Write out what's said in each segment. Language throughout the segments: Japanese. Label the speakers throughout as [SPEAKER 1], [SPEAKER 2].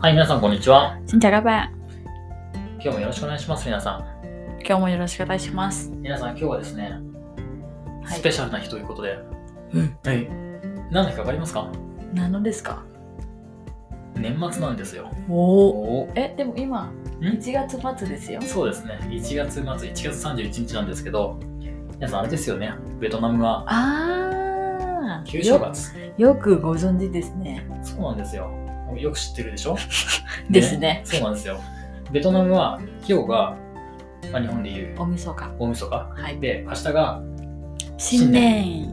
[SPEAKER 1] はい、皆さん、こんにちは。
[SPEAKER 2] しんちゃんがばん。
[SPEAKER 1] 今日もよろしくお願いします、皆さん。
[SPEAKER 2] 今日もよろしくお願いします。
[SPEAKER 1] 皆さん、今日はですね、
[SPEAKER 2] はい
[SPEAKER 1] スペシャルな日ということで。
[SPEAKER 2] うん。
[SPEAKER 1] はい。何の日かわかりますか
[SPEAKER 2] 何のですか
[SPEAKER 1] 年末なんですよ。
[SPEAKER 2] おお。
[SPEAKER 1] お
[SPEAKER 2] え、でも今、
[SPEAKER 1] ん
[SPEAKER 2] 1月末ですよ。
[SPEAKER 1] そうですね。1月末、1月31日なんですけど、皆さん、あれですよね。ベトナムは
[SPEAKER 2] あー。
[SPEAKER 1] 旧正月。
[SPEAKER 2] よよくご存知ですね。
[SPEAKER 1] そうなんですよ。よく知ってるでしょ
[SPEAKER 2] ですね。
[SPEAKER 1] そうなんですよ。ベトナムは、今日が、まあ、日本でいう
[SPEAKER 2] おみそか。
[SPEAKER 1] 大晦日。
[SPEAKER 2] はい。
[SPEAKER 1] で、明日が
[SPEAKER 2] 新年。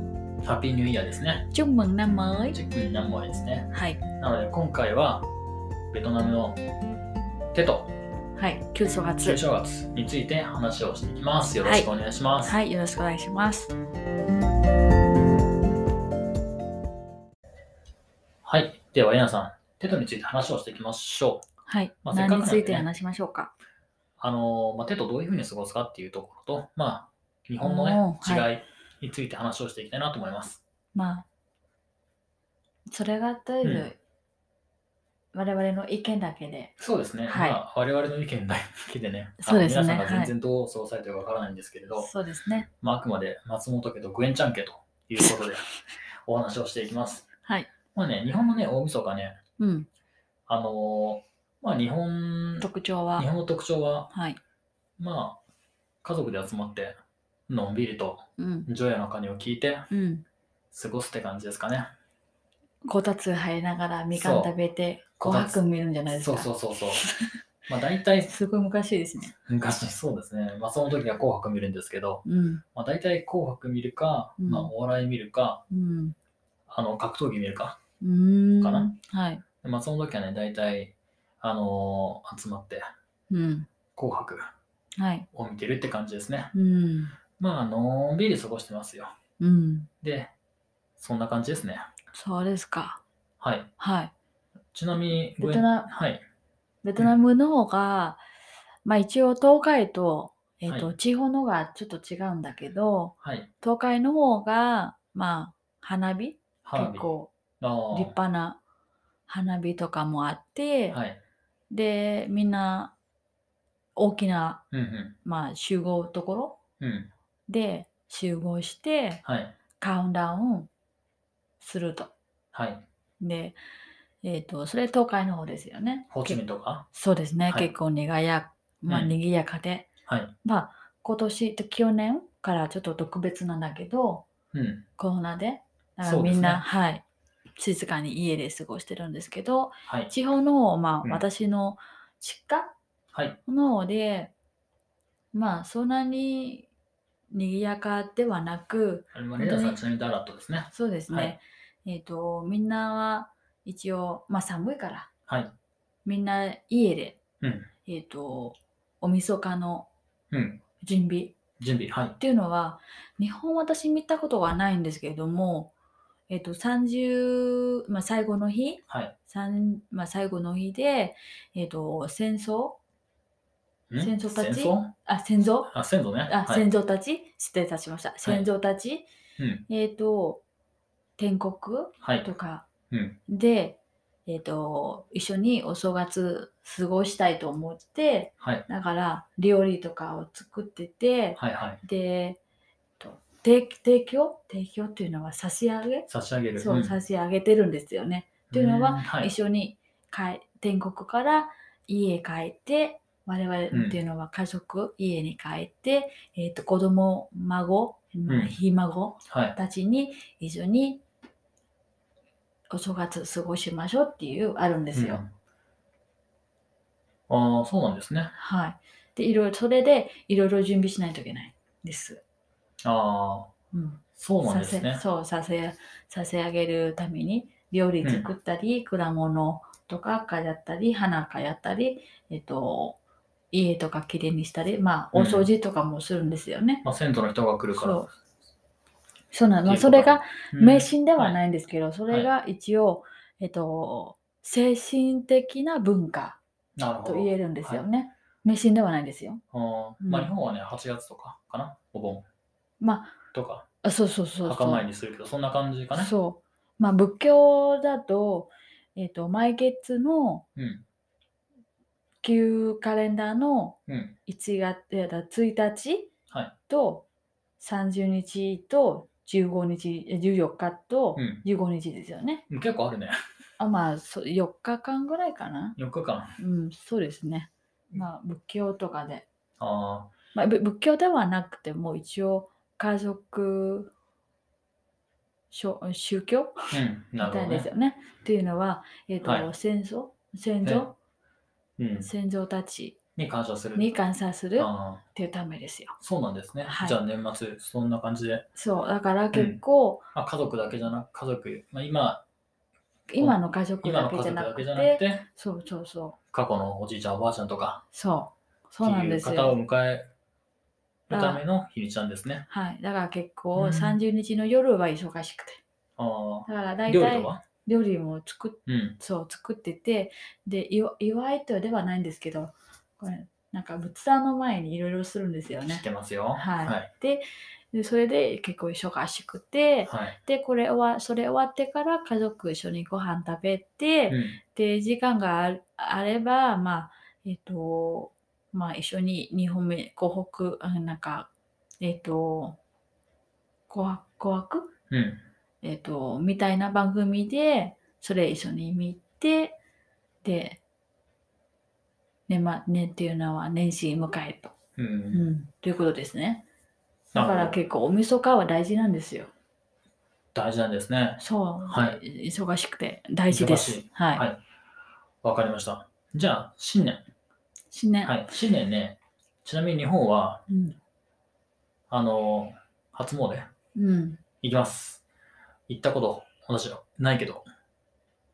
[SPEAKER 1] ハッピーニューイヤーですね。
[SPEAKER 2] Chúc mừng năm mới。
[SPEAKER 1] チェックイン何もですね。
[SPEAKER 2] はい。
[SPEAKER 1] なので今回はベトナムのテト
[SPEAKER 2] はい。旧正
[SPEAKER 1] 旧
[SPEAKER 2] 月。
[SPEAKER 1] 正月について話をしていきます。よろしくお願いします。
[SPEAKER 2] はい。よろしくお願いします。
[SPEAKER 1] はい、ではエナさん、テトについて話をしていきましょう。
[SPEAKER 2] はい。
[SPEAKER 1] まあせっか
[SPEAKER 2] 何
[SPEAKER 1] くなん
[SPEAKER 2] に
[SPEAKER 1] でね
[SPEAKER 2] ついて話しましょうか。
[SPEAKER 1] あのーまあ、テトどういうふうに過ごすかっていうところと、まあ日本の
[SPEAKER 2] お
[SPEAKER 1] ね
[SPEAKER 2] ーは
[SPEAKER 1] 違いについて話をしていきたいなと思います。、
[SPEAKER 2] まあ、それがといううん我々の意見だけで。
[SPEAKER 1] そうですね。
[SPEAKER 2] はい
[SPEAKER 1] まあ我々の意見だけでね、あの
[SPEAKER 2] そうですね
[SPEAKER 1] 皆さんが全然どう過ごされてるかわからないんですけれど、
[SPEAKER 2] そうですね。
[SPEAKER 1] まああくまで松本家とグエンちゃん家という ことでお話をしていきます。
[SPEAKER 2] はい。
[SPEAKER 1] まあね、日本のね大晦日ね、
[SPEAKER 2] うん。
[SPEAKER 1] あのーまあ日本、
[SPEAKER 2] 特徴は
[SPEAKER 1] 日。本の特徴は、
[SPEAKER 2] はい。
[SPEAKER 1] まあ、家族で集まって、のんびりと、
[SPEAKER 2] うん。
[SPEAKER 1] 除夜の鐘を聞いて、
[SPEAKER 2] うん。
[SPEAKER 1] 過ごすって感じですかね。
[SPEAKER 2] こたつ入りながらみかん食べて
[SPEAKER 1] そう
[SPEAKER 2] 琥珀見るんじゃないです
[SPEAKER 1] そう
[SPEAKER 2] か
[SPEAKER 1] そうそう そう。まあ大体、
[SPEAKER 2] すごい昔ですね
[SPEAKER 1] 昔そうですね。まあその時は紅白見るんですけど、
[SPEAKER 2] うん
[SPEAKER 1] まあ大体紅白見るか、
[SPEAKER 2] うん
[SPEAKER 1] まあお笑い見るか、
[SPEAKER 2] うん
[SPEAKER 1] あの、格闘技見るか。
[SPEAKER 2] うーん
[SPEAKER 1] かな
[SPEAKER 2] はい
[SPEAKER 1] まあその時はね、大体、あのー集まって、
[SPEAKER 2] うん
[SPEAKER 1] 紅白
[SPEAKER 2] はい
[SPEAKER 1] を見てるって感じですね。
[SPEAKER 2] うん
[SPEAKER 1] まあ、のんびり過ごしてますよ。
[SPEAKER 2] うん
[SPEAKER 1] で、そんな感じですね。
[SPEAKER 2] そうですか
[SPEAKER 1] はい。
[SPEAKER 2] はい
[SPEAKER 1] ちなみに、
[SPEAKER 2] ベトナ
[SPEAKER 1] はい。
[SPEAKER 2] ベトナムの方が、まあ一応東海と,、えーと
[SPEAKER 1] は
[SPEAKER 2] 地方のがちょっと違うんだけど
[SPEAKER 1] はい。
[SPEAKER 2] 東海の方がまあ花火
[SPEAKER 1] 花火。
[SPEAKER 2] 結構
[SPEAKER 1] あー
[SPEAKER 2] 立派な花火とかもあって、
[SPEAKER 1] はい。
[SPEAKER 2] でみんな大きな
[SPEAKER 1] うんう
[SPEAKER 2] まあ、集合ところ
[SPEAKER 1] ん。うん。
[SPEAKER 2] で集合して
[SPEAKER 1] はい。
[SPEAKER 2] カウントダウンすると。
[SPEAKER 1] はい。
[SPEAKER 2] で、えっとそれ東海の方ですよね。
[SPEAKER 1] ホーチミンとか
[SPEAKER 2] そうですね、
[SPEAKER 1] はい
[SPEAKER 2] 結構にがや、まあ、
[SPEAKER 1] うん
[SPEAKER 2] にぎやかで、
[SPEAKER 1] はい。
[SPEAKER 2] まあ今年と去年からちょっと特別なんだけど
[SPEAKER 1] うん。
[SPEAKER 2] コロナでだから
[SPEAKER 1] そうです
[SPEAKER 2] み
[SPEAKER 1] ね
[SPEAKER 2] んな、はい静かに家で過ごしてるんですけど
[SPEAKER 1] はい。
[SPEAKER 2] 地方の方、まあ
[SPEAKER 1] うん
[SPEAKER 2] 私の実家
[SPEAKER 1] はい。
[SPEAKER 2] の方でまあそんなににぎやかではなく
[SPEAKER 1] あれはレイダーさん、ちなみにダラットですね。
[SPEAKER 2] そうですね、
[SPEAKER 1] はい
[SPEAKER 2] えっ、とみんなは一応まあ寒いから
[SPEAKER 1] はい。
[SPEAKER 2] みんな家で
[SPEAKER 1] うん。
[SPEAKER 2] えっ、とおみそかの
[SPEAKER 1] うん。
[SPEAKER 2] 準備っ
[SPEAKER 1] 準備。はい。
[SPEAKER 2] ていうのは日本私見たことはないんですけれどもえっ、と30、まあ、最後の日
[SPEAKER 1] はい。
[SPEAKER 2] 三まあ、最後の日で、えっと戦争
[SPEAKER 1] ん
[SPEAKER 2] 戦争たち
[SPEAKER 1] 戦争
[SPEAKER 2] あ戦争
[SPEAKER 1] あ、先祖ね。
[SPEAKER 2] あ、
[SPEAKER 1] はい
[SPEAKER 2] 先祖たち失礼いたしました先祖たち、
[SPEAKER 1] うん。
[SPEAKER 2] えっ、と天国
[SPEAKER 1] はい
[SPEAKER 2] と。か
[SPEAKER 1] うん。
[SPEAKER 2] で、えっと一緒にお正月過ごしたいと思って
[SPEAKER 1] はい。
[SPEAKER 2] だから料理とかを作ってて
[SPEAKER 1] はい。はい。
[SPEAKER 2] で、えっと提提供提供っていうのは差し上げ
[SPEAKER 1] 差し上げる。
[SPEAKER 2] そう、
[SPEAKER 1] ん
[SPEAKER 2] 差し上げてるんですよね。っていうのは
[SPEAKER 1] んはい。
[SPEAKER 2] 一緒に帰天国から家へ帰って我々
[SPEAKER 1] うん
[SPEAKER 2] っていうのは家族、家に帰って、えっと子供孫、
[SPEAKER 1] ん
[SPEAKER 2] ひ孫
[SPEAKER 1] はい。
[SPEAKER 2] たちに一緒にお正月過ごしましょうっていうあるんですよ。
[SPEAKER 1] うんああ、そうなんですね。
[SPEAKER 2] はい。で、いろいろ、それでいろいろ準備しないといけないです。
[SPEAKER 1] ああ、
[SPEAKER 2] うん。
[SPEAKER 1] そうなん
[SPEAKER 2] さ
[SPEAKER 1] です
[SPEAKER 2] せ、
[SPEAKER 1] ね。
[SPEAKER 2] そう、させ、させ上げるために、料理作ったり、果物とかかやったり、花かやったり、えっと、家とかきれいにしたり、まあ、
[SPEAKER 1] うん
[SPEAKER 2] お掃除とかもするんですよね。
[SPEAKER 1] まあ、先祖の人が来るから。
[SPEAKER 2] そうそうなの。まあ
[SPEAKER 1] ってい
[SPEAKER 2] そう
[SPEAKER 1] こと
[SPEAKER 2] れが、
[SPEAKER 1] うん
[SPEAKER 2] 迷信ではないんですけど、それが一応、えっと、精神的な文化
[SPEAKER 1] なるほ
[SPEAKER 2] と
[SPEAKER 1] ど。
[SPEAKER 2] 言えるんですよね。迷信ではないんですよ。
[SPEAKER 1] あー
[SPEAKER 2] うん
[SPEAKER 1] まあ日本はね、8月とかかな、お盆
[SPEAKER 2] ま
[SPEAKER 1] とか、
[SPEAKER 2] あ、あそうそうそうそう。
[SPEAKER 1] 墓参りするけど、そんな感じかね。
[SPEAKER 2] そう。まあ仏教だと、えっ、と、毎月の
[SPEAKER 1] うん。
[SPEAKER 2] 旧カレンダーの
[SPEAKER 1] うん。
[SPEAKER 2] 1月いやだ1日
[SPEAKER 1] はい
[SPEAKER 2] と30日と15日え14日と
[SPEAKER 1] うん
[SPEAKER 2] 15日ですよね。
[SPEAKER 1] 結構あるね。
[SPEAKER 2] あまあそ4日間ぐらいかな。
[SPEAKER 1] 4日間。
[SPEAKER 2] うん、そうですね。まあ仏教とかで。
[SPEAKER 1] ああ。
[SPEAKER 2] まあ、ぶ仏教ではなくても一応家族しょ宗教
[SPEAKER 1] うん。
[SPEAKER 2] み
[SPEAKER 1] なる
[SPEAKER 2] たい
[SPEAKER 1] ほど
[SPEAKER 2] です
[SPEAKER 1] ね。
[SPEAKER 2] よね。っていうのは、えっと
[SPEAKER 1] はい
[SPEAKER 2] 先祖先祖
[SPEAKER 1] うん。
[SPEAKER 2] 先祖たち
[SPEAKER 1] に感謝する。
[SPEAKER 2] に感謝するっ
[SPEAKER 1] ああ。
[SPEAKER 2] ていうためですよ。
[SPEAKER 1] そうなんですね。
[SPEAKER 2] はい
[SPEAKER 1] じゃあ年末、そんな感じで。
[SPEAKER 2] そうだから結構、
[SPEAKER 1] あ家族だけじゃなく、家族、まあ、今、
[SPEAKER 2] 今の家族
[SPEAKER 1] 今
[SPEAKER 2] だ
[SPEAKER 1] の
[SPEAKER 2] け
[SPEAKER 1] 家
[SPEAKER 2] じゃ
[SPEAKER 1] 族
[SPEAKER 2] な
[SPEAKER 1] だ
[SPEAKER 2] く
[SPEAKER 1] けじゃなく
[SPEAKER 2] て、
[SPEAKER 1] て、
[SPEAKER 2] そうそうそう、
[SPEAKER 1] 過去のおじいちゃん、おばあちゃんとか、
[SPEAKER 2] そう、
[SPEAKER 1] って
[SPEAKER 2] そうなん
[SPEAKER 1] い
[SPEAKER 2] で
[SPEAKER 1] う
[SPEAKER 2] す
[SPEAKER 1] 方を
[SPEAKER 2] よ。
[SPEAKER 1] 迎えるための日にちなんですね。
[SPEAKER 2] はい、だから結
[SPEAKER 1] う
[SPEAKER 2] 構
[SPEAKER 1] ん
[SPEAKER 2] 30日の夜は忙しくて、
[SPEAKER 1] あ
[SPEAKER 2] だから
[SPEAKER 1] あ。
[SPEAKER 2] 大
[SPEAKER 1] 料理と
[SPEAKER 2] 体
[SPEAKER 1] は
[SPEAKER 2] 料理も作っ
[SPEAKER 1] うん。
[SPEAKER 2] そう作ってて、で、祝祝いとではないんですけど、これなんか仏壇の前にいろいろするんですよ
[SPEAKER 1] 知っ
[SPEAKER 2] ね。
[SPEAKER 1] てますよ。
[SPEAKER 2] はい
[SPEAKER 1] はい。
[SPEAKER 2] で、でそれで結構忙しくて、
[SPEAKER 1] はい。
[SPEAKER 2] で、これは、それ終わってから家族一緒にご飯食べて、
[SPEAKER 1] うん。
[SPEAKER 2] で時間がああればまあえっ、とまあ一緒に日本目湖北あなんかえっ、と湖北湖北
[SPEAKER 1] うん。
[SPEAKER 2] えっ、とみたいな番組でそれ一緒に見てで年末年っていうのは年始迎えと、
[SPEAKER 1] う。
[SPEAKER 2] うんん、ということですね
[SPEAKER 1] なるほ
[SPEAKER 2] だか
[SPEAKER 1] ど
[SPEAKER 2] ら結構おみそかは大事なんですよ
[SPEAKER 1] 大事なんですね。
[SPEAKER 2] そう、
[SPEAKER 1] は
[SPEAKER 2] 忙しくて大事です
[SPEAKER 1] 忙しい
[SPEAKER 2] はい、
[SPEAKER 1] はいわかりました。じゃあ、新年。
[SPEAKER 2] 新年、
[SPEAKER 1] はい。新年ね、ちなみに日本は、
[SPEAKER 2] うん
[SPEAKER 1] あの、初詣、
[SPEAKER 2] うん
[SPEAKER 1] 行きます。行ったこと、私はないけど。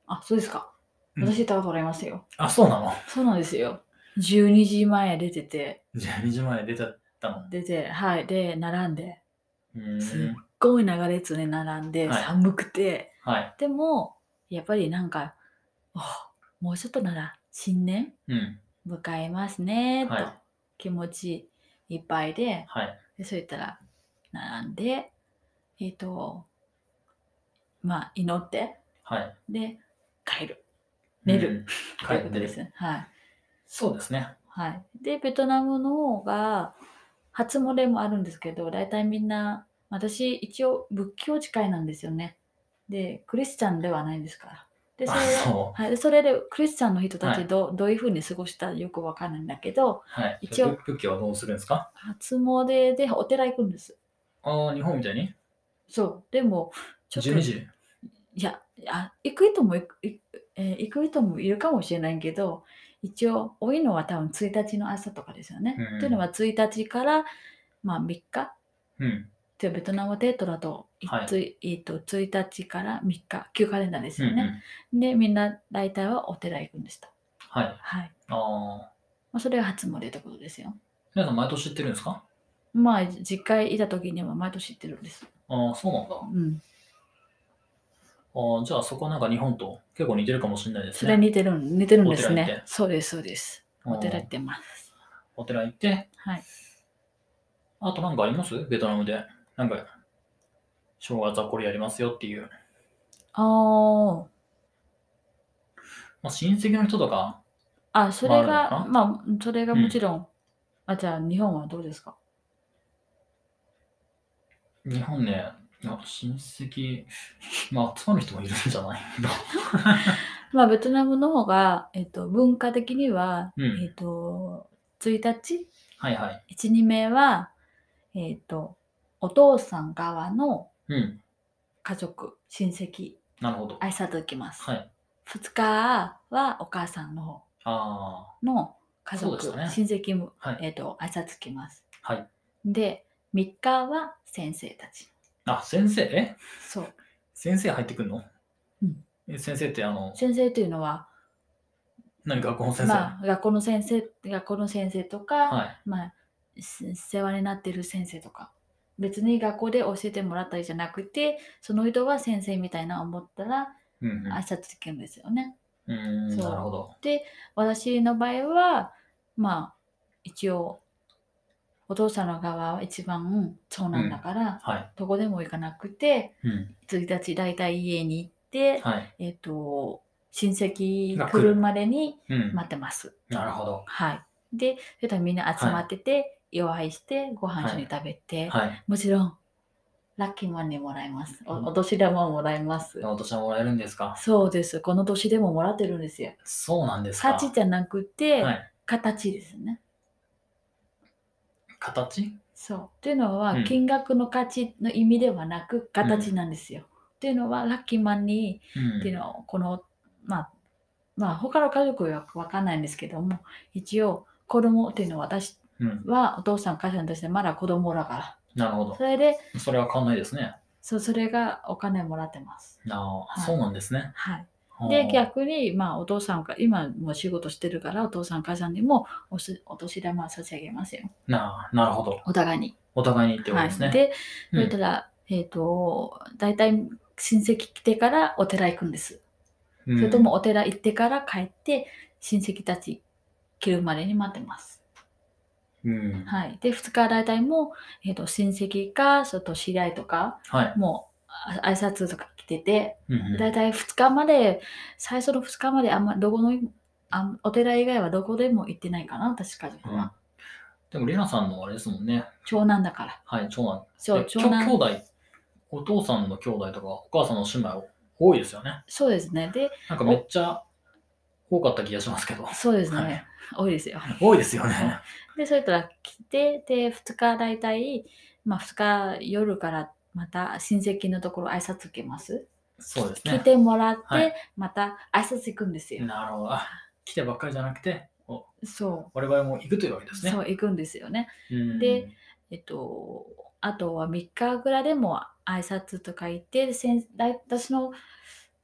[SPEAKER 2] あそうですか
[SPEAKER 1] うん
[SPEAKER 2] 私行ったことありますよ
[SPEAKER 1] あ、そうなの
[SPEAKER 2] そうなんですよ。12時前出てて、
[SPEAKER 1] ?12 時前出ちゃったの。
[SPEAKER 2] 出て、はい、で、並んで、
[SPEAKER 1] う
[SPEAKER 2] す
[SPEAKER 1] ー
[SPEAKER 2] っ
[SPEAKER 1] ん。
[SPEAKER 2] ごい長列で並んで、
[SPEAKER 1] はい
[SPEAKER 2] 寒くて、
[SPEAKER 1] はい。
[SPEAKER 2] でも、やっぱりなんか、あもうちょっとなら新年
[SPEAKER 1] うん。
[SPEAKER 2] 迎えますね、
[SPEAKER 1] はい
[SPEAKER 2] と気持ちいっぱいで、
[SPEAKER 1] はい。
[SPEAKER 2] でそう言ったら、並んで、えっ、と、まあ、祈って、
[SPEAKER 1] はい。
[SPEAKER 2] で、帰る。寝る
[SPEAKER 1] うん。
[SPEAKER 2] と
[SPEAKER 1] 帰
[SPEAKER 2] いうこ
[SPEAKER 1] っ
[SPEAKER 2] と
[SPEAKER 1] て
[SPEAKER 2] で
[SPEAKER 1] る。
[SPEAKER 2] すね。はい。
[SPEAKER 1] そうですね。
[SPEAKER 2] はい、でベトナムの方が初詣もあるんですけど大体みんな私一応仏教誓いなんですよねでクリスチャンではないんですからでそ
[SPEAKER 1] あ
[SPEAKER 2] れ
[SPEAKER 1] そ
[SPEAKER 2] はい、でそれでクリスチャンの人たちど,、どういうふうに過ごしたらよくわかんないんだけど
[SPEAKER 1] はい。
[SPEAKER 2] 一応
[SPEAKER 1] ぶ仏教はどうするんですか
[SPEAKER 2] 初詣でお寺行くんです
[SPEAKER 1] ああ、日本みたいに
[SPEAKER 2] そうでもちょっと
[SPEAKER 1] ?12 時
[SPEAKER 2] いやあ行く人も行く,い、えー行く人もいるかもしれないけど一応多いのは多分1日の朝とかですよね。
[SPEAKER 1] うん
[SPEAKER 2] というのは1日から、まあ、3日
[SPEAKER 1] うん。
[SPEAKER 2] でベトナムはテトラと,、
[SPEAKER 1] はい
[SPEAKER 2] ついえー、と1日から3日旧カレンダーです
[SPEAKER 1] うんう
[SPEAKER 2] よね。
[SPEAKER 1] ん。
[SPEAKER 2] でみんな大体はお寺行くんでした。
[SPEAKER 1] はい。
[SPEAKER 2] はい
[SPEAKER 1] ああ。
[SPEAKER 2] まあ、それが初詣ってことですよ。
[SPEAKER 1] 皆さん毎年行ってるんですか
[SPEAKER 2] まあ実家にいた時には毎年行ってるんです。
[SPEAKER 1] ああ、そうなんだ。
[SPEAKER 2] うん、
[SPEAKER 1] ああ、じゃあそこはなんか日本と結構似てるかもしれないです
[SPEAKER 2] そ
[SPEAKER 1] ね。
[SPEAKER 2] れ似てる似てるんです
[SPEAKER 1] お寺行っ
[SPEAKER 2] ね
[SPEAKER 1] て。
[SPEAKER 2] そうですそうです。お寺行
[SPEAKER 1] うん
[SPEAKER 2] ってます。
[SPEAKER 1] お寺行って、
[SPEAKER 2] はい
[SPEAKER 1] あとなんかありますベトナムで。なんか、正月はこれやりますよっていう。
[SPEAKER 2] あー
[SPEAKER 1] まあ、親戚の人とか、
[SPEAKER 2] あ、それが、
[SPEAKER 1] あ
[SPEAKER 2] まあ、それがもちろん、あ、じゃあ、日本はどうですか
[SPEAKER 1] 日本ね、いや親戚、まあ、集まる人もいるんじゃない
[SPEAKER 2] まあ、ベトナムの方が、えっと、文化的には、
[SPEAKER 1] うん
[SPEAKER 2] えっと、1日、
[SPEAKER 1] はいはい。
[SPEAKER 2] 1、2名は、えっと、お父さん側の
[SPEAKER 1] うん。
[SPEAKER 2] 家族、親戚、
[SPEAKER 1] なるほど。
[SPEAKER 2] 挨拶行きます。
[SPEAKER 1] はい。
[SPEAKER 2] 2日はお母さんの方
[SPEAKER 1] ああ、
[SPEAKER 2] の家族、
[SPEAKER 1] そうでした
[SPEAKER 2] 親戚も、
[SPEAKER 1] はい
[SPEAKER 2] えっと、挨拶行きます。
[SPEAKER 1] はい。
[SPEAKER 2] で、3日は先生たち。
[SPEAKER 1] あ、先生え
[SPEAKER 2] そう。
[SPEAKER 1] 先生入ってくんの、
[SPEAKER 2] うん
[SPEAKER 1] え先生ってあの、
[SPEAKER 2] 先生というのは、
[SPEAKER 1] 何学校の先生、
[SPEAKER 2] まあ、学校の先生学校の先生とか、
[SPEAKER 1] はい。
[SPEAKER 2] まあ、せ世話になってる先生とか別に学校で教えてもらったりじゃなくてその人は先生みたいな思ったら
[SPEAKER 1] うん
[SPEAKER 2] 挨拶できるんですよね。
[SPEAKER 1] うん。うーん
[SPEAKER 2] そう
[SPEAKER 1] なるほど。
[SPEAKER 2] 私の場合はまあ一応お父さんの側は一番長男だから、
[SPEAKER 1] はい。
[SPEAKER 2] どこでも行かなくて
[SPEAKER 1] うん。
[SPEAKER 2] 1日大体家に行って、
[SPEAKER 1] はい。
[SPEAKER 2] えっと親戚
[SPEAKER 1] が
[SPEAKER 2] 来
[SPEAKER 1] 来る
[SPEAKER 2] るまでに
[SPEAKER 1] うん。
[SPEAKER 2] 待ってます。
[SPEAKER 1] なるほど。
[SPEAKER 2] はい。で、それとみんな集まってて、お祝いして、ご飯一緒に食べて、
[SPEAKER 1] はい。
[SPEAKER 2] もちろん、ラッキーマンにもらいます。お
[SPEAKER 1] うん
[SPEAKER 2] お年玉もらいます。
[SPEAKER 1] お年はもらえるんですか
[SPEAKER 2] そうです。この年でももらってるんですよ。
[SPEAKER 1] そうなんですか。
[SPEAKER 2] 価値じゃなくて、
[SPEAKER 1] はい。
[SPEAKER 2] 形ですね。
[SPEAKER 1] 形
[SPEAKER 2] そう。っていうのは、
[SPEAKER 1] うん
[SPEAKER 2] 金額の価値の意味ではなく、形なんですよ。っていうのは、ラッキーマンに、
[SPEAKER 1] うん。
[SPEAKER 2] っていうのは、この、まあ、まあ、他の家族はわかんないんですけども、一応、子供っていうのは私
[SPEAKER 1] うん。
[SPEAKER 2] はお父さん、お母さんとしてまだ子供だか
[SPEAKER 1] なるほ
[SPEAKER 2] ら。それで、
[SPEAKER 1] ど。それは変わんないですね。
[SPEAKER 2] そうそれがお金もらってます。
[SPEAKER 1] ああ、
[SPEAKER 2] はい
[SPEAKER 1] そうなんですね。
[SPEAKER 2] はい。
[SPEAKER 1] あ
[SPEAKER 2] で
[SPEAKER 1] ー
[SPEAKER 2] 逆に、まあ、お父さんが今もう仕事してるからお父さんお母さんにもおすお年玉を差し上げますよ
[SPEAKER 1] なあなるほど。
[SPEAKER 2] お互いに。
[SPEAKER 1] お互いにってこと
[SPEAKER 2] は
[SPEAKER 1] ですね。
[SPEAKER 2] い、で
[SPEAKER 1] う
[SPEAKER 2] そ
[SPEAKER 1] ん
[SPEAKER 2] れたら、えっ、と大体親戚来てからお寺行くんです、
[SPEAKER 1] うん
[SPEAKER 2] それともお寺行ってから帰って親戚たち来るまでに待ってます。
[SPEAKER 1] うん。
[SPEAKER 2] はい、で2日大体もう、えー、と親戚かちょっと知り合いとか
[SPEAKER 1] はい。
[SPEAKER 2] もうあ挨拶とか来てて
[SPEAKER 1] うんうん
[SPEAKER 2] 大体2日まで、最初の2日まであんまどこのあんお寺以外はどこでも行ってないかな、私家族は。
[SPEAKER 1] うんでも、レナさんのあれですもんね。
[SPEAKER 2] 長男だから。
[SPEAKER 1] はい、長男。
[SPEAKER 2] そう、
[SPEAKER 1] えきょ
[SPEAKER 2] 長
[SPEAKER 1] 兄
[SPEAKER 2] 男。
[SPEAKER 1] 弟、お父さんの兄弟とか、お母さんの姉妹、多いですよね。
[SPEAKER 2] そうですね。で、
[SPEAKER 1] なんかめっちゃ多かった気がしますけど。
[SPEAKER 2] そうですね。
[SPEAKER 1] はい
[SPEAKER 2] 多いですよ。
[SPEAKER 1] 多いですよね。
[SPEAKER 2] で、それから来て、で、2日大体、まあ2日夜からまた親戚のところ挨拶受けます。
[SPEAKER 1] そうです
[SPEAKER 2] 来
[SPEAKER 1] ね。
[SPEAKER 2] てもらって、
[SPEAKER 1] はい
[SPEAKER 2] また挨拶行くんですよ。
[SPEAKER 1] なるほど。あ来てばっかりじゃなくて、お
[SPEAKER 2] そ
[SPEAKER 1] 我々も行くというわけです
[SPEAKER 2] う。
[SPEAKER 1] ね。
[SPEAKER 2] そう、行くんですよね。
[SPEAKER 1] うん
[SPEAKER 2] で、えっと、あとは3日ぐらいでも挨拶とか行って、先だい私の、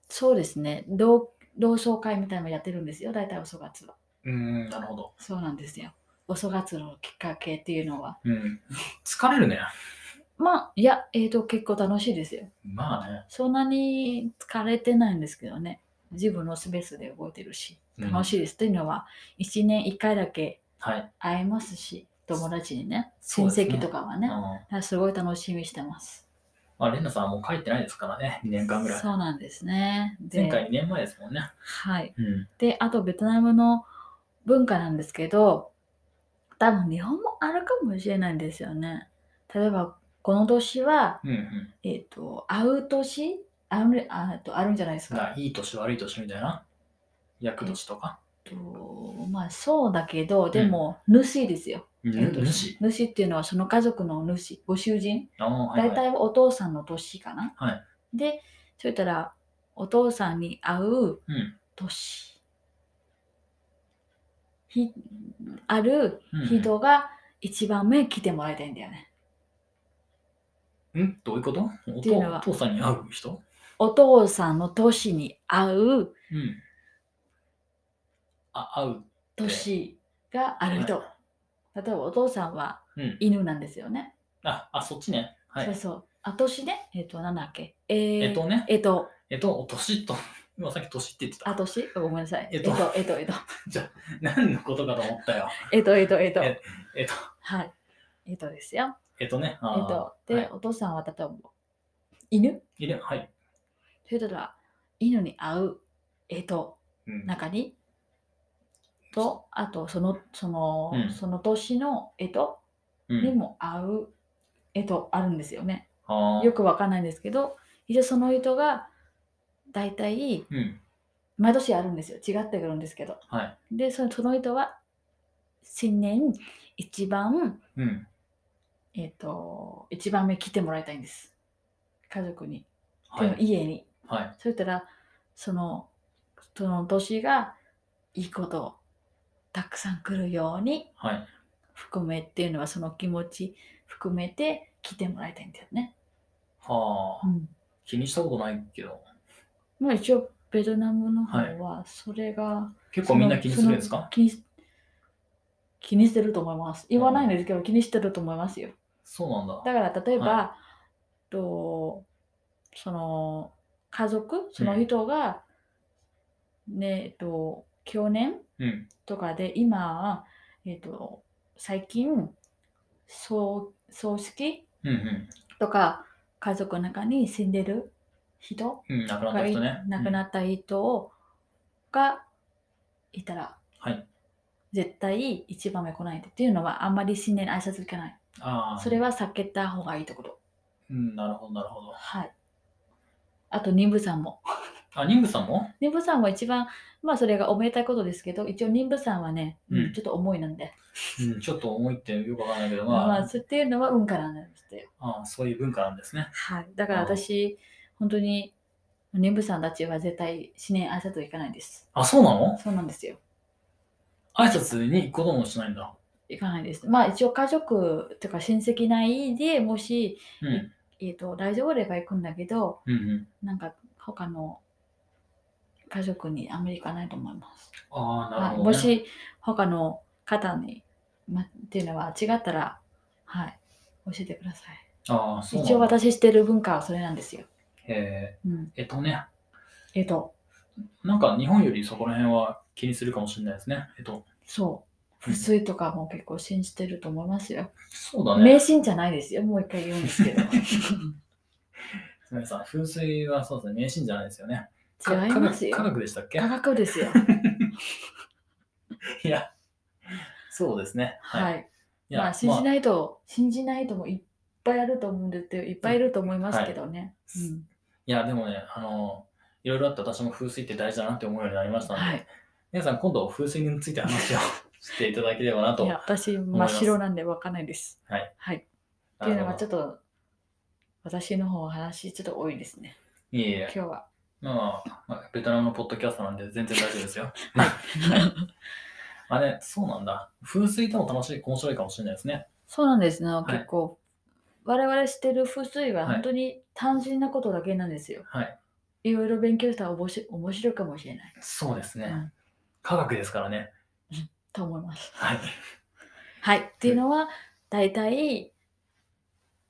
[SPEAKER 2] そうですね、同同窓会みたいなのやってるんですよ、大体お正月は。
[SPEAKER 1] うん、なるほど。
[SPEAKER 2] そうなんですよ。お正月のきっかけっていうのは。
[SPEAKER 1] うん。疲れるね。
[SPEAKER 2] まあ、いや、えっ、と、結構楽しいですよ。
[SPEAKER 1] まあね。
[SPEAKER 2] そんなに疲れてないんですけどね。自分のスペースで動いてるし、
[SPEAKER 1] うん
[SPEAKER 2] 楽しいです。というのは、1年1回だけ
[SPEAKER 1] はい。
[SPEAKER 2] 会えますし、友達にね、
[SPEAKER 1] そう
[SPEAKER 2] 親
[SPEAKER 1] ですね
[SPEAKER 2] 戚とかはね、だ
[SPEAKER 1] うん
[SPEAKER 2] からすごい楽しみにしてます。
[SPEAKER 1] まあ、レンナさんはもう帰ってないですからね、2年間ぐらい。
[SPEAKER 2] そうなんですね。で
[SPEAKER 1] 前回2年前ですもんね。
[SPEAKER 2] はい。
[SPEAKER 1] うん。
[SPEAKER 2] で、あとベトナムの文化なんですけど、多分日本もあるかもしれないんですよね。例えば、この年は、
[SPEAKER 1] うんうん。
[SPEAKER 2] えっ、と、会う年あるあえっとあるんじゃないです
[SPEAKER 1] だか
[SPEAKER 2] か。
[SPEAKER 1] らいい年悪い年みたいな。厄年とか。
[SPEAKER 2] えっとまあ、そうだけど、でも、主ですよ。
[SPEAKER 1] うん
[SPEAKER 2] えっと
[SPEAKER 1] 主。
[SPEAKER 2] 主っていうのはその家族の主、ご主人。
[SPEAKER 1] ああ、はい
[SPEAKER 2] 大
[SPEAKER 1] はい。
[SPEAKER 2] 体お父さんの年かな。
[SPEAKER 1] はい
[SPEAKER 2] で、そしたら、お父さんに会う
[SPEAKER 1] うん
[SPEAKER 2] 年ひある
[SPEAKER 1] うんうん
[SPEAKER 2] 人が一番目来てもらいたいんだよね。
[SPEAKER 1] うんどういうことお
[SPEAKER 2] ていうの
[SPEAKER 1] 父お父
[SPEAKER 2] は
[SPEAKER 1] さんに会う人
[SPEAKER 2] お父さんの年に合う
[SPEAKER 1] うん。あ、会う。
[SPEAKER 2] 年がある人。
[SPEAKER 1] は
[SPEAKER 2] 例えばお父さんは
[SPEAKER 1] うん。
[SPEAKER 2] 犬なんですよね。
[SPEAKER 1] あ、あ、そっちね。は
[SPEAKER 2] そう
[SPEAKER 1] い。
[SPEAKER 2] そう。あ、年ね。えっ、と、なんだっけ。えー、
[SPEAKER 1] えっとね。
[SPEAKER 2] えっと、
[SPEAKER 1] えっと、年と、 今さっき年って言って
[SPEAKER 2] あ、
[SPEAKER 1] た。
[SPEAKER 2] 年ごめんなさい。
[SPEAKER 1] え
[SPEAKER 2] え
[SPEAKER 1] っ
[SPEAKER 2] っ
[SPEAKER 1] と
[SPEAKER 2] と、えっと、えっと、
[SPEAKER 1] 何のことかと思ったよ。
[SPEAKER 2] えっと、えっと、えっと、
[SPEAKER 1] えっと、
[SPEAKER 2] はい。えっとですよ。
[SPEAKER 1] えっとね。
[SPEAKER 2] えっと、で、
[SPEAKER 1] はい
[SPEAKER 2] お父さんは例えば、犬
[SPEAKER 1] いるはい。
[SPEAKER 2] それとら犬に合うえと
[SPEAKER 1] うん
[SPEAKER 2] 中にとあとそのその、
[SPEAKER 1] うん
[SPEAKER 2] その年のえと
[SPEAKER 1] う
[SPEAKER 2] に
[SPEAKER 1] ん、
[SPEAKER 2] も合うえとあるんですよね、
[SPEAKER 1] あー
[SPEAKER 2] よくわかんないんですけど一応その人が大体
[SPEAKER 1] うん。
[SPEAKER 2] 毎年あるんですよ違ってくるんですけど
[SPEAKER 1] はい。
[SPEAKER 2] でそのその人は新年一番
[SPEAKER 1] うん。
[SPEAKER 2] えっ、と一番目来てもらいたいんです家族に、
[SPEAKER 1] は
[SPEAKER 2] でも
[SPEAKER 1] い。
[SPEAKER 2] 家に
[SPEAKER 1] はい。
[SPEAKER 2] そしたらそのその年がいいことをたくさん来るように
[SPEAKER 1] はい。
[SPEAKER 2] 含めっていうのはその気持ち含めて来てもらいたいんだよね。
[SPEAKER 1] は
[SPEAKER 2] う
[SPEAKER 1] あ。
[SPEAKER 2] ん、
[SPEAKER 1] 気にしたことないけど。
[SPEAKER 2] まあ一応ベトナムの方はそれが、
[SPEAKER 1] 結構みんな気にするんです
[SPEAKER 2] その
[SPEAKER 1] か
[SPEAKER 2] 気にし気にしてると思います。言わないんですけど気にしてると思いますよ。
[SPEAKER 1] そうなんだ。
[SPEAKER 2] だから例えば、
[SPEAKER 1] は
[SPEAKER 2] とその家族その人が、ねえっと去年
[SPEAKER 1] うん。
[SPEAKER 2] とかで今は、えっと最近葬葬式
[SPEAKER 1] うんうん。
[SPEAKER 2] とか家族の中に死んでる人
[SPEAKER 1] うん、亡くなっ
[SPEAKER 2] が
[SPEAKER 1] た
[SPEAKER 2] い
[SPEAKER 1] 人ね。
[SPEAKER 2] 亡くなった人をがいたら、
[SPEAKER 1] はい
[SPEAKER 2] 絶対1番目来ないでっていうのはあんまり新年に挨拶いかない
[SPEAKER 1] ああ。
[SPEAKER 2] それは避けた方がいいってこと
[SPEAKER 1] うん、なるほど、なるほど。
[SPEAKER 2] はいあと妊婦さんも
[SPEAKER 1] あ、妊婦さんも
[SPEAKER 2] 妊婦さんも一番まあそれがおめでたいことですけど一応妊婦さんはね、うん
[SPEAKER 1] うん
[SPEAKER 2] ちょっと重いなんで、
[SPEAKER 1] うん、ちょっと重いってよくわかんないけど、
[SPEAKER 2] まあ、
[SPEAKER 1] まあ、
[SPEAKER 2] そうっていうのは運からなんですよ
[SPEAKER 1] ああそういう文化なんですね。
[SPEAKER 2] はい、だから私、本当に妊婦さんたちは絶対死ね挨拶行かないです。
[SPEAKER 1] あ、そうなの
[SPEAKER 2] そうなんですよ。
[SPEAKER 1] 挨拶に行くこともしないんだ。
[SPEAKER 2] 行かないです。まあ一応家族とか親戚内でもし、
[SPEAKER 1] うん。
[SPEAKER 2] えー、と大丈夫であれば行くんだけど、
[SPEAKER 1] うんうん。
[SPEAKER 2] なんか他の家族にあんまり行かないと思います。
[SPEAKER 1] ああ、な
[SPEAKER 2] は
[SPEAKER 1] る
[SPEAKER 2] い、
[SPEAKER 1] ほど、
[SPEAKER 2] も
[SPEAKER 1] ね。
[SPEAKER 2] し他の方に、ま、っていうのは違ったら、はい、教えてください。
[SPEAKER 1] ああ、そう
[SPEAKER 2] 一応
[SPEAKER 1] なんだ。
[SPEAKER 2] 私してる文化はそれなんですよ。
[SPEAKER 1] え
[SPEAKER 2] うん、
[SPEAKER 1] ー、えっとね、
[SPEAKER 2] えっ、と、
[SPEAKER 1] なんか日本よりそこら辺は気にするかもしれないですね。えっと、
[SPEAKER 2] そう、不水とかも結構信じてると思いますよ。
[SPEAKER 1] そうだね。
[SPEAKER 2] 迷信じゃないですよ。もう一回言うんで すけど。
[SPEAKER 1] すみません、風水はそうですね、迷信じゃないですよね。か
[SPEAKER 2] 違いますよ
[SPEAKER 1] 科。学科学でしたっけ
[SPEAKER 2] 科学ですよ。
[SPEAKER 1] いや、そうですね。。
[SPEAKER 2] はいい。
[SPEAKER 1] いや
[SPEAKER 2] まあ、信じないと、信じないともいっぱいあると思うんですけど、いっぱいいると思いますけどね。
[SPEAKER 1] はいいや、でもね、あの、いろいろあって私も風水って大事だなって思うようになりまし
[SPEAKER 2] う
[SPEAKER 1] た
[SPEAKER 2] ん。
[SPEAKER 1] ので、
[SPEAKER 2] はい。
[SPEAKER 1] 皆さん今度風水について話を していただければないと。
[SPEAKER 2] や、私、真っ白なんでわかんないです。
[SPEAKER 1] はい。
[SPEAKER 2] はい。っ
[SPEAKER 1] な
[SPEAKER 2] てい
[SPEAKER 1] る
[SPEAKER 2] う
[SPEAKER 1] ほ
[SPEAKER 2] の
[SPEAKER 1] ど
[SPEAKER 2] が、ちょっと、私の方、話、ちょっと多いですね。
[SPEAKER 1] いえい
[SPEAKER 2] 今
[SPEAKER 1] え、
[SPEAKER 2] 日は。
[SPEAKER 1] まあ、まあ、ベトナムのポッドキャストなんで全然大丈夫ですよ。あれ、そうなんだ。風水とも楽しい、面白いかもしれないですね。
[SPEAKER 2] そうなんですね。
[SPEAKER 1] い
[SPEAKER 2] 結構、我々してる風水は
[SPEAKER 1] はい
[SPEAKER 2] 本当に単純なことだけなんですよ。
[SPEAKER 1] はい。
[SPEAKER 2] いろいろ勉強したらおもし面白いかもしれない。
[SPEAKER 1] そうですね。
[SPEAKER 2] うん
[SPEAKER 1] 科学ですからね。
[SPEAKER 2] と思います。
[SPEAKER 1] はい。
[SPEAKER 2] はい。っていうのは、大体、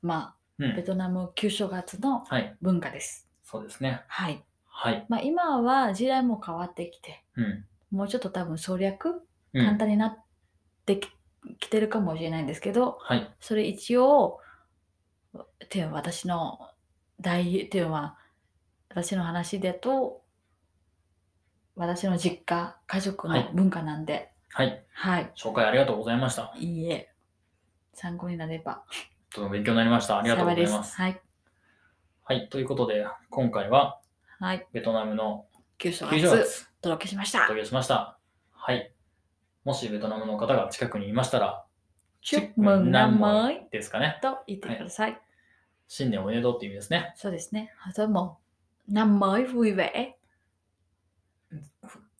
[SPEAKER 2] ま
[SPEAKER 1] う
[SPEAKER 2] あ、ベ
[SPEAKER 1] ん。
[SPEAKER 2] トナム旧正月の
[SPEAKER 1] はい。
[SPEAKER 2] 文化です。
[SPEAKER 1] そうですね。
[SPEAKER 2] はい。
[SPEAKER 1] はい。
[SPEAKER 2] まあ、今は時代も変わってきて、
[SPEAKER 1] うん。
[SPEAKER 2] もうちょっと多分省略、
[SPEAKER 1] うん
[SPEAKER 2] 簡単になってき,、てるかもしれないんですけど、
[SPEAKER 1] はい。
[SPEAKER 2] それ一応、ていうのは私の大、ていうのは、私の話だと、私の実家、家族
[SPEAKER 1] は
[SPEAKER 2] の
[SPEAKER 1] い
[SPEAKER 2] 文化なんで、
[SPEAKER 1] はい。
[SPEAKER 2] はい
[SPEAKER 1] 紹介ありがとうございました。
[SPEAKER 2] いいえ。参考になれば。
[SPEAKER 1] とても勉強になりました。ありがとうござい
[SPEAKER 2] 幸
[SPEAKER 1] ま。
[SPEAKER 2] ですはい。
[SPEAKER 1] はい。ということで、今回は
[SPEAKER 2] はい。
[SPEAKER 1] ベトナムの
[SPEAKER 2] 九州
[SPEAKER 1] 救助
[SPEAKER 2] 初、
[SPEAKER 1] 月
[SPEAKER 2] お届けしまし
[SPEAKER 1] お
[SPEAKER 2] た。
[SPEAKER 1] 届けしました。はい。もしベトナムの方が近くにいましたら、
[SPEAKER 2] チュッムンナムイ
[SPEAKER 1] ですかね。
[SPEAKER 2] と言ってください。
[SPEAKER 1] 新年おめでとうっていう意味ですね。
[SPEAKER 2] そうですね。あともう、năm mới vui vẻ。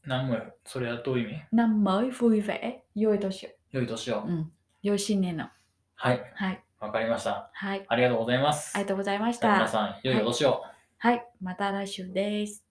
[SPEAKER 1] 何も、それはどういう意味
[SPEAKER 2] năm mới vui vẻ。良い年を。
[SPEAKER 1] 良い年を。
[SPEAKER 2] うん。良い新年の。
[SPEAKER 1] はい。
[SPEAKER 2] はい。
[SPEAKER 1] わかりました。
[SPEAKER 2] はい。
[SPEAKER 1] ありがとうございます。
[SPEAKER 2] ありがとうございまし
[SPEAKER 1] じゃあ
[SPEAKER 2] た
[SPEAKER 1] 皆。さん、良いお年を。
[SPEAKER 2] はい。また来週です。